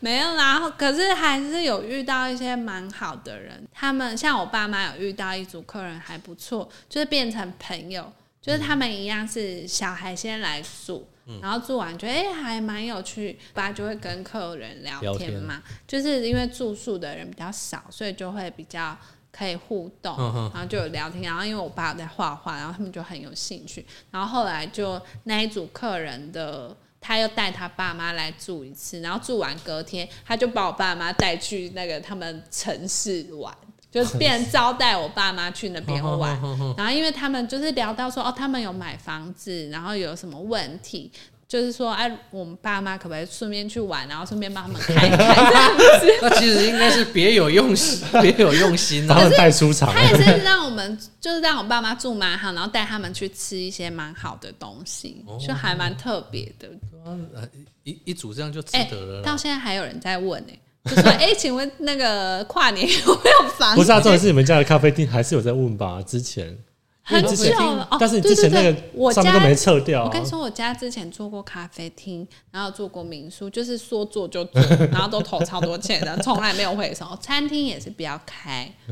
Speaker 1: 没有啦。可是还是有遇到一些蛮好的人，他们像我爸妈有遇到一组客人还不错，就是变成朋友，就是他们一样是小孩先来住。
Speaker 3: 嗯
Speaker 1: 然后住完觉得哎、还蛮有趣，爸就会跟客人聊
Speaker 3: 聊
Speaker 1: 天
Speaker 3: 天
Speaker 1: 嘛，就是因为住宿的人比较少，所以就会比较可以互动，
Speaker 3: 嗯哼
Speaker 1: 然后就有聊天。然后因为我爸有在画画，然后他们就很有兴趣。然后后来就那一组客人的，他又带他爸妈来住一次，然后住完隔天，他就把我爸妈带去那个他们城市玩。就是变成招待我爸妈去那边玩，
Speaker 3: 嗯
Speaker 1: 然后因为他们就是聊到说哦，他们有买房子，然后有什么问题，就是说哎、我们爸妈可不可以顺便去玩，然后顺便帮他们看一
Speaker 3: <laughs>
Speaker 1: 看。
Speaker 3: 那其实应该是别有用心，别有用心
Speaker 2: 把他
Speaker 3: 啊。
Speaker 2: 们带出场，
Speaker 1: 他也是让我们，就是让我爸妈住蛮好，然后带他们去吃一些蛮好的东西，
Speaker 2: 哦
Speaker 1: 就还蛮特别的。
Speaker 3: 啊一一组这样就值
Speaker 1: 哎、
Speaker 3: 得了
Speaker 2: 啊
Speaker 3: 啦。
Speaker 1: 到现在还有人在问呢、就说哎、请问那个跨年有没有房间？
Speaker 2: 不是啊，重点是你们家的咖啡厅还是有在问吧？之前，因
Speaker 1: 很
Speaker 2: 为之
Speaker 1: 久
Speaker 2: 前
Speaker 1: 了哦，
Speaker 2: 但是你
Speaker 1: 对
Speaker 2: 之
Speaker 1: 对
Speaker 2: 前那
Speaker 1: 对，我
Speaker 2: 个
Speaker 1: 家
Speaker 2: 上面都没撤掉
Speaker 1: 我
Speaker 2: 啊
Speaker 1: 跟。你说，我家之前做过咖啡厅，然后做过民宿，就是说做就
Speaker 3: <laughs>
Speaker 1: 做，然后都投超多钱的，从来没有回收。餐厅也是不要开， <laughs>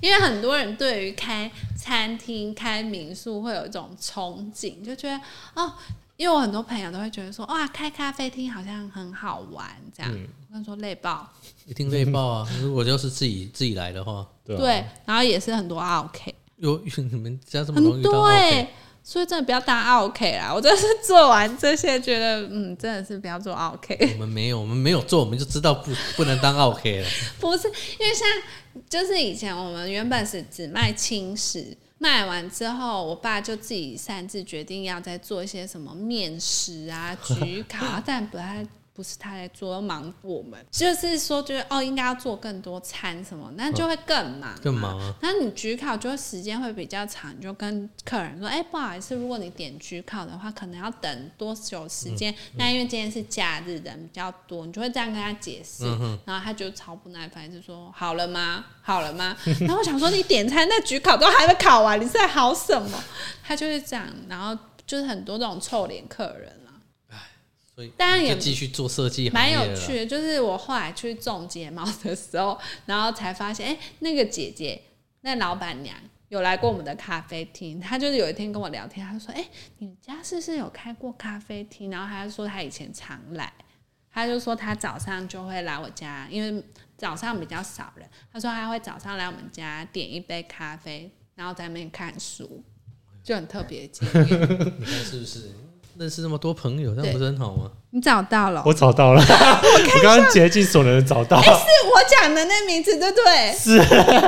Speaker 1: 因为很多人对于开餐厅、开民宿会有一种憧憬，就觉得哦，因为我很多朋友都会觉得说，哇，开咖啡厅好像很好玩这样。
Speaker 3: 嗯
Speaker 1: 我跟你说累爆，
Speaker 3: 一定累爆啊！
Speaker 1: 嗯
Speaker 3: 如果要是自己自己来的话，
Speaker 2: 对啊，
Speaker 1: 对，然后也是很多 OK，
Speaker 3: 有你们家这么容
Speaker 1: 很
Speaker 3: 易遇到
Speaker 1: 多哎、
Speaker 3: OK，
Speaker 1: <laughs> 所以真的不要当 OK 啦！我真的是做完这些，觉得嗯，真的是不要做 OK。
Speaker 3: 我们没有，我们没有做，我们就知道不不能当
Speaker 1: <laughs>
Speaker 3: OK 了。
Speaker 1: 不是，因为像就是以前我们原本是只卖轻食，卖完之后，我爸就自
Speaker 3: <laughs>
Speaker 1: 己擅自决定要再做一些什么面食啊、焗烤啊，但不太不不是他在做，要忙我们。就是说，觉得哦，应该要做更多餐什么，那就会更忙、
Speaker 3: 嗯更忙。啊。
Speaker 1: 那你焗烤就会时间会比较长，你就跟客人说，哎、不好意思，如果你点焗烤的话，可能要等多久时间？那因为今天是假日，人比较多，你就会这样跟他解释，然后他就超不耐烦，就说好了吗？好了吗？ <laughs> 然后我想说，你点餐那焗烤都还没烤完，你是在好什么？他就是这样，然后就是很多这种臭脸客人啊啦。
Speaker 3: 所以
Speaker 1: 当然也
Speaker 3: 就继续做设计行
Speaker 1: 蛮
Speaker 3: 业了啦，
Speaker 1: 有趣的，就是我后来去种睫毛的时候，然后才发现，哎、那个姐姐，那老板娘有来过我们的咖啡厅。她就是有一天跟我聊天，她就说：“哎、你家是不是有开过咖啡厅？”然后她就说她以前常来，她就说她早上就会来我家，因为早上比较少人。她说她会早上来我们家点一杯咖啡，然后在那边看书，就很特别的经验。
Speaker 3: 你看是不是？认识那么多朋友，这样不是很好吗？
Speaker 1: <laughs> 你找到了哦？
Speaker 2: 我
Speaker 1: <laughs>
Speaker 2: 找到了，我刚刚竭尽所能的找到，
Speaker 1: 哎是我讲的那名字，对不对？
Speaker 2: <laughs>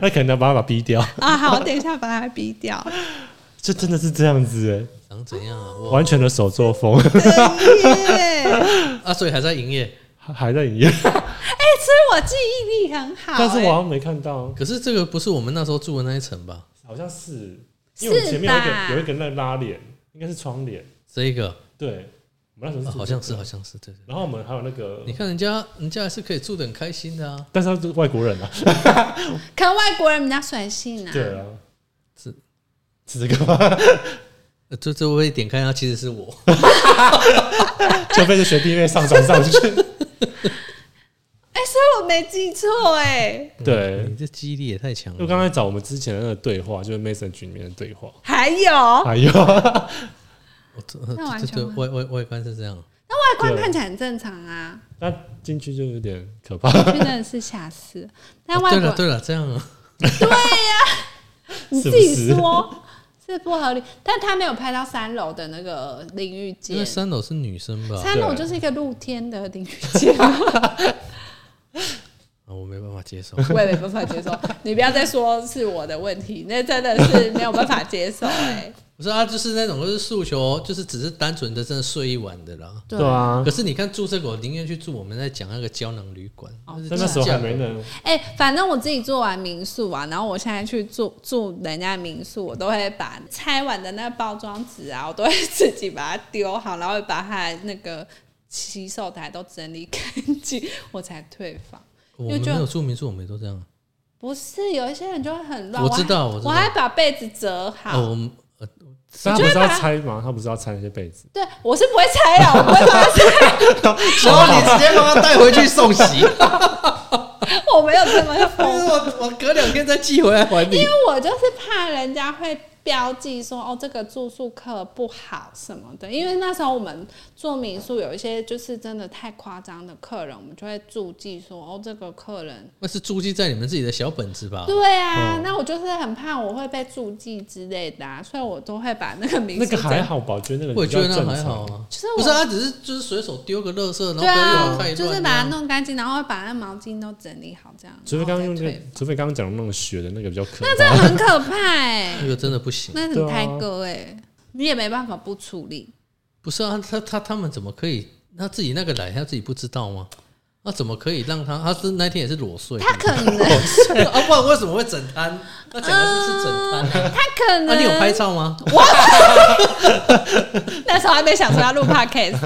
Speaker 2: 那可能要把它逼掉。
Speaker 1: 啊，好，我等一下把它逼掉。
Speaker 2: 这真的是这样子欸，
Speaker 3: 想怎样啊？我
Speaker 2: 完全的手作风， <laughs>
Speaker 1: 对耶
Speaker 3: 啊，所以还在营业。
Speaker 2: 还还在营业，
Speaker 1: 其实我记忆力很好、欸，
Speaker 2: 但是我好像没看到，
Speaker 3: 可是这个不是我们那时候住的那一层吧？
Speaker 2: 好像是因为我们前面有一
Speaker 1: 是吧
Speaker 2: 个有一个那个拉帘，应该是窗帘，
Speaker 3: 这一个、
Speaker 2: 对，我们那时候
Speaker 3: 啊好
Speaker 2: 住
Speaker 3: 像是，好像是对对。
Speaker 2: 然后我们还有那个
Speaker 3: 你，看人家，人家还是可以住的很开心的啊。
Speaker 2: 但是他是外国人啊，
Speaker 1: 可能外国人比较随性啊。
Speaker 2: 对啊，
Speaker 3: 是
Speaker 2: 是这个吗？ <laughs>
Speaker 3: 呃这这我也点开啊，其实是我。
Speaker 2: 就被这学弟妹上传
Speaker 3: <laughs>
Speaker 2: 上去，
Speaker 1: 哎、所以我没记错哎、
Speaker 2: 对
Speaker 3: <laughs> 你这记忆力也太强
Speaker 2: 就
Speaker 3: 了。
Speaker 2: 刚才找我们之前的那个对话，就是 message 里面的对话。
Speaker 1: 还有
Speaker 2: 哎呦， <laughs>
Speaker 3: 我这
Speaker 1: 那完
Speaker 3: 这
Speaker 1: 全
Speaker 3: 这
Speaker 1: 不
Speaker 3: 外外外观是这样，
Speaker 1: 那外观
Speaker 2: 对
Speaker 1: 看起来很正常啊，
Speaker 2: 那进去就有点可怕。
Speaker 1: 真的是吓死。但
Speaker 3: 哦
Speaker 1: 外
Speaker 3: 对
Speaker 1: 国、
Speaker 3: 了对了，这样啊，
Speaker 1: 你自
Speaker 2: 是不
Speaker 1: 己
Speaker 2: 是
Speaker 1: 说是不合理，但他没有拍到三楼的那个淋浴
Speaker 3: 因
Speaker 1: 间
Speaker 3: 为，三楼是女生吧？
Speaker 1: 三楼
Speaker 2: 对
Speaker 1: 就是一个露天的淋浴间，
Speaker 3: 啊，我没办法接受。
Speaker 1: 我也没办法接受。你不要再说是我的问题，那真的是没有办法接受哎、
Speaker 3: 不是啊，就是那种就是诉求，就是只是单纯的真的睡一晚的啦。
Speaker 1: 对，
Speaker 2: 啊
Speaker 3: 可，是你看住这个，我宁愿去住我们在讲那个胶囊旅馆，
Speaker 1: 哦
Speaker 3: 是
Speaker 2: 但那时候还没呢。
Speaker 1: 哎、反正我自己做完民宿啊，然后我现在去住住人家的民宿，我都会把拆完的那个包装纸啊，我都会自己把它丢好，然后会把它那个洗手台都整理干净，我才退房。
Speaker 3: 我们
Speaker 1: 因为
Speaker 3: 没
Speaker 1: 就
Speaker 3: 有住民宿，我们也都这样。
Speaker 1: 不是有一些人就会很乱，
Speaker 3: 我
Speaker 1: 还
Speaker 3: 知道我知
Speaker 1: 我
Speaker 3: 道
Speaker 1: 还把被子折好。
Speaker 3: 哦，我们呃，
Speaker 2: 但他不是要拆吗？他不是要拆那些被子？
Speaker 1: 对，我是不会拆啊，我不会把它拆，
Speaker 3: 然后你直接把它带回去送洗，
Speaker 1: <laughs> 我没有这么疯
Speaker 3: 我我隔两天再寄回来还你
Speaker 1: 因。为我就是怕人家会标记说哦，这个住宿客不好什么的。因为那时候我们做民宿，有一些就是真的太夸张的客人，我们就会注记说哦，这个客人。
Speaker 3: 那是注记在你们自己的小本子吧？
Speaker 1: 对啊，
Speaker 2: 嗯
Speaker 1: 那我就是很怕我会被注记之类的、啊，所以我都会把那个民
Speaker 2: 那
Speaker 1: 宿
Speaker 2: 个还
Speaker 1: 整，
Speaker 2: 好吧，我觉得那个
Speaker 3: 我也
Speaker 2: 比
Speaker 3: 觉
Speaker 2: 较
Speaker 3: 得那
Speaker 2: 正
Speaker 3: 还好
Speaker 2: 常。
Speaker 3: 啊，
Speaker 1: 就是
Speaker 3: 不是
Speaker 1: 我。
Speaker 3: 他只是就是随手丢个垃圾，然后不
Speaker 1: 对
Speaker 3: 要用
Speaker 1: 啊
Speaker 3: 太乱，
Speaker 1: 就是
Speaker 3: 这
Speaker 1: 把它
Speaker 3: 样
Speaker 1: 弄干净，然后把那毛巾都整理好，这样。
Speaker 2: 除非刚刚用那
Speaker 1: 然
Speaker 2: 个
Speaker 1: 后，
Speaker 2: 除非刚刚讲的那种雪的那个比较可
Speaker 1: 再退房
Speaker 2: 怕。
Speaker 1: 那很可
Speaker 2: <laughs>
Speaker 1: 怕哎、
Speaker 3: 那个真的不行。
Speaker 1: 那
Speaker 2: 对
Speaker 1: 很
Speaker 2: 啊
Speaker 1: 太哥哎、你也没办法不处理。
Speaker 3: 不是啊，他他他们怎么可以？他自己那个来，他自己不知道吗？那怎么可以让他？他是那天也是裸睡，
Speaker 1: 他可
Speaker 2: <laughs>
Speaker 1: 能
Speaker 3: 啊，不然为什么会整摊？那讲的是是整摊啊。
Speaker 1: 他可能、
Speaker 3: 那你有拍照吗？
Speaker 1: 那时候还没想说要录
Speaker 3: <laughs>
Speaker 1: podcast，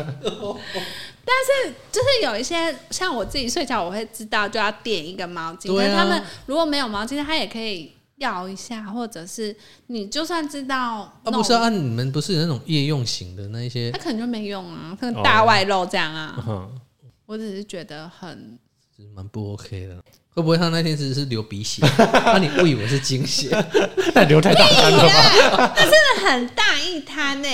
Speaker 1: 但是就是有一些像我自己睡觉，我会知道就要垫一个毛巾。
Speaker 3: 对啊
Speaker 1: 但他们如果没有毛巾，他也可以要一下，或者是你就算知道
Speaker 3: 啊，
Speaker 1: 弄，
Speaker 3: 不是啊，你们不是有那种夜用型的那一些
Speaker 1: 他可能就没用啊，可能大外露这样
Speaker 3: 哦
Speaker 1: 啊。
Speaker 2: 嗯，
Speaker 1: 我只是觉得很
Speaker 3: 是蛮不 OK 的。会不会他那天只是流鼻血？那你误以为是经血，
Speaker 2: 但流太大干了吧？
Speaker 1: 真的很大一滩呢、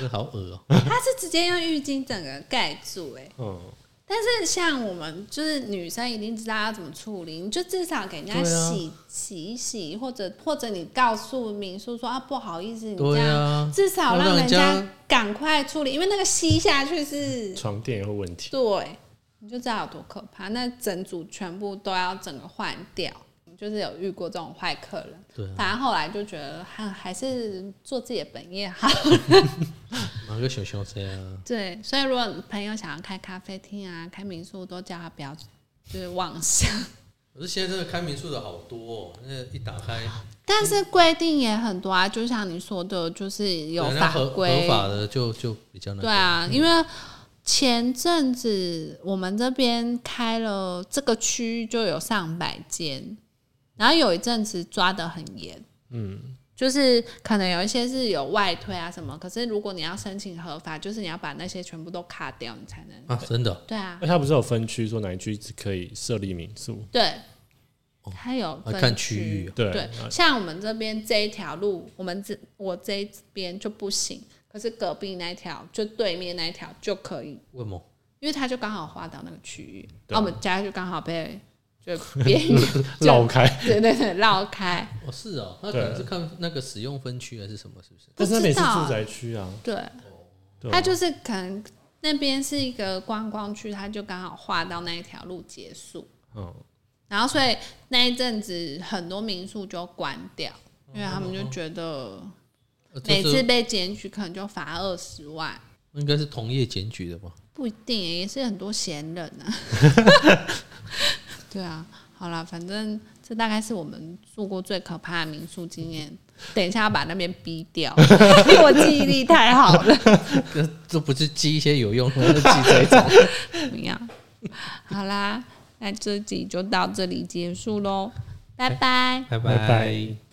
Speaker 3: 这好恶哦、
Speaker 1: 他是直接用浴巾整个盖住哎、
Speaker 2: 嗯，
Speaker 1: 但是像我们就是女生，一定知道要怎么处理，你就至少给人家
Speaker 3: 对啊
Speaker 1: 洗、洗一洗，或者或者你告诉民宿说啊不好意思，你这
Speaker 3: 对
Speaker 1: 样、
Speaker 3: 啊，
Speaker 1: 至少
Speaker 3: 要让
Speaker 1: 让人
Speaker 3: 人家
Speaker 1: 家赶快处理，因为那个吸下去是
Speaker 2: 床垫也会有问题。
Speaker 1: 对，你就知道有多可怕。那整组全部都要整个换掉，就是有遇过这种坏客人。
Speaker 3: 对啊，
Speaker 1: 反正后来就觉得还还是做自己的本业好。
Speaker 3: 马个熊熊这样，
Speaker 1: 对，所以如果朋友想要开咖啡厅啊、开民宿，都叫他不要就是妄想。
Speaker 3: 可是现在真的开民宿的好多、哦，那一打开，
Speaker 1: 但是规定也很多啊，就像你说的，就是有
Speaker 3: 对那
Speaker 1: 法
Speaker 3: 合
Speaker 1: 规
Speaker 3: 合法的嗯就就比较难。
Speaker 1: 对，啊，因为前阵子我们这边开了这个区就有上百间，然后有一阵子抓的很严，
Speaker 2: 嗯，
Speaker 1: 就是可能有一些是有外推啊什么，可是如果你要申请合法，就是你要把那些全部都卡掉，你才能。
Speaker 3: 啊，真的哦
Speaker 1: 对啊，
Speaker 2: 那它不是有分区，说哪一区只可以设立民宿？
Speaker 1: 对，它有
Speaker 3: 啊
Speaker 1: 分
Speaker 3: 看区域哦
Speaker 2: 对
Speaker 1: 对，像我们这边这一条路，我们这我这一边就不行，可是隔壁那一条就对面那一条就可以。
Speaker 3: 为什么？
Speaker 1: 因为它就刚好划到那个区域，
Speaker 2: 对
Speaker 1: 啊，我们家就刚好被
Speaker 2: <laughs>
Speaker 1: 就边缘就
Speaker 2: 绕开，
Speaker 1: 对对对绕开，
Speaker 3: 哦，是哦，那可
Speaker 2: 对
Speaker 3: 能是看那个使用分区还是什么，是不是？
Speaker 1: 不
Speaker 2: 但是那
Speaker 1: 知
Speaker 2: 边是
Speaker 1: 道
Speaker 2: 住宅区啊，
Speaker 1: 对，
Speaker 2: 对
Speaker 1: 它
Speaker 2: 啊，
Speaker 1: 就是可能那边是一个观光区，它就刚好划到那一条路结束，
Speaker 2: 嗯，
Speaker 1: 然后所以那一阵子很多民宿就关掉，
Speaker 2: 嗯
Speaker 1: 因为他们就觉得
Speaker 3: 呃这
Speaker 1: 每
Speaker 3: 是
Speaker 1: 次被检举可能就罚二十万。
Speaker 3: 应该是同业检举的吧？ <laughs>
Speaker 1: 不一定，也是很多闲人啊。
Speaker 2: <laughs>
Speaker 1: 对啊，好啦，反正这大概是我们住过最可怕的民宿经
Speaker 2: <laughs>
Speaker 1: 验。等一下要把那边逼掉， <laughs> 因为我记忆力太好了。
Speaker 3: 这这不是记一些有用的，是记这一种。 <laughs>
Speaker 1: 怎么样？ <laughs> 好啦，那这集就到这里结束喽，拜拜。
Speaker 3: 拜
Speaker 2: 拜拜。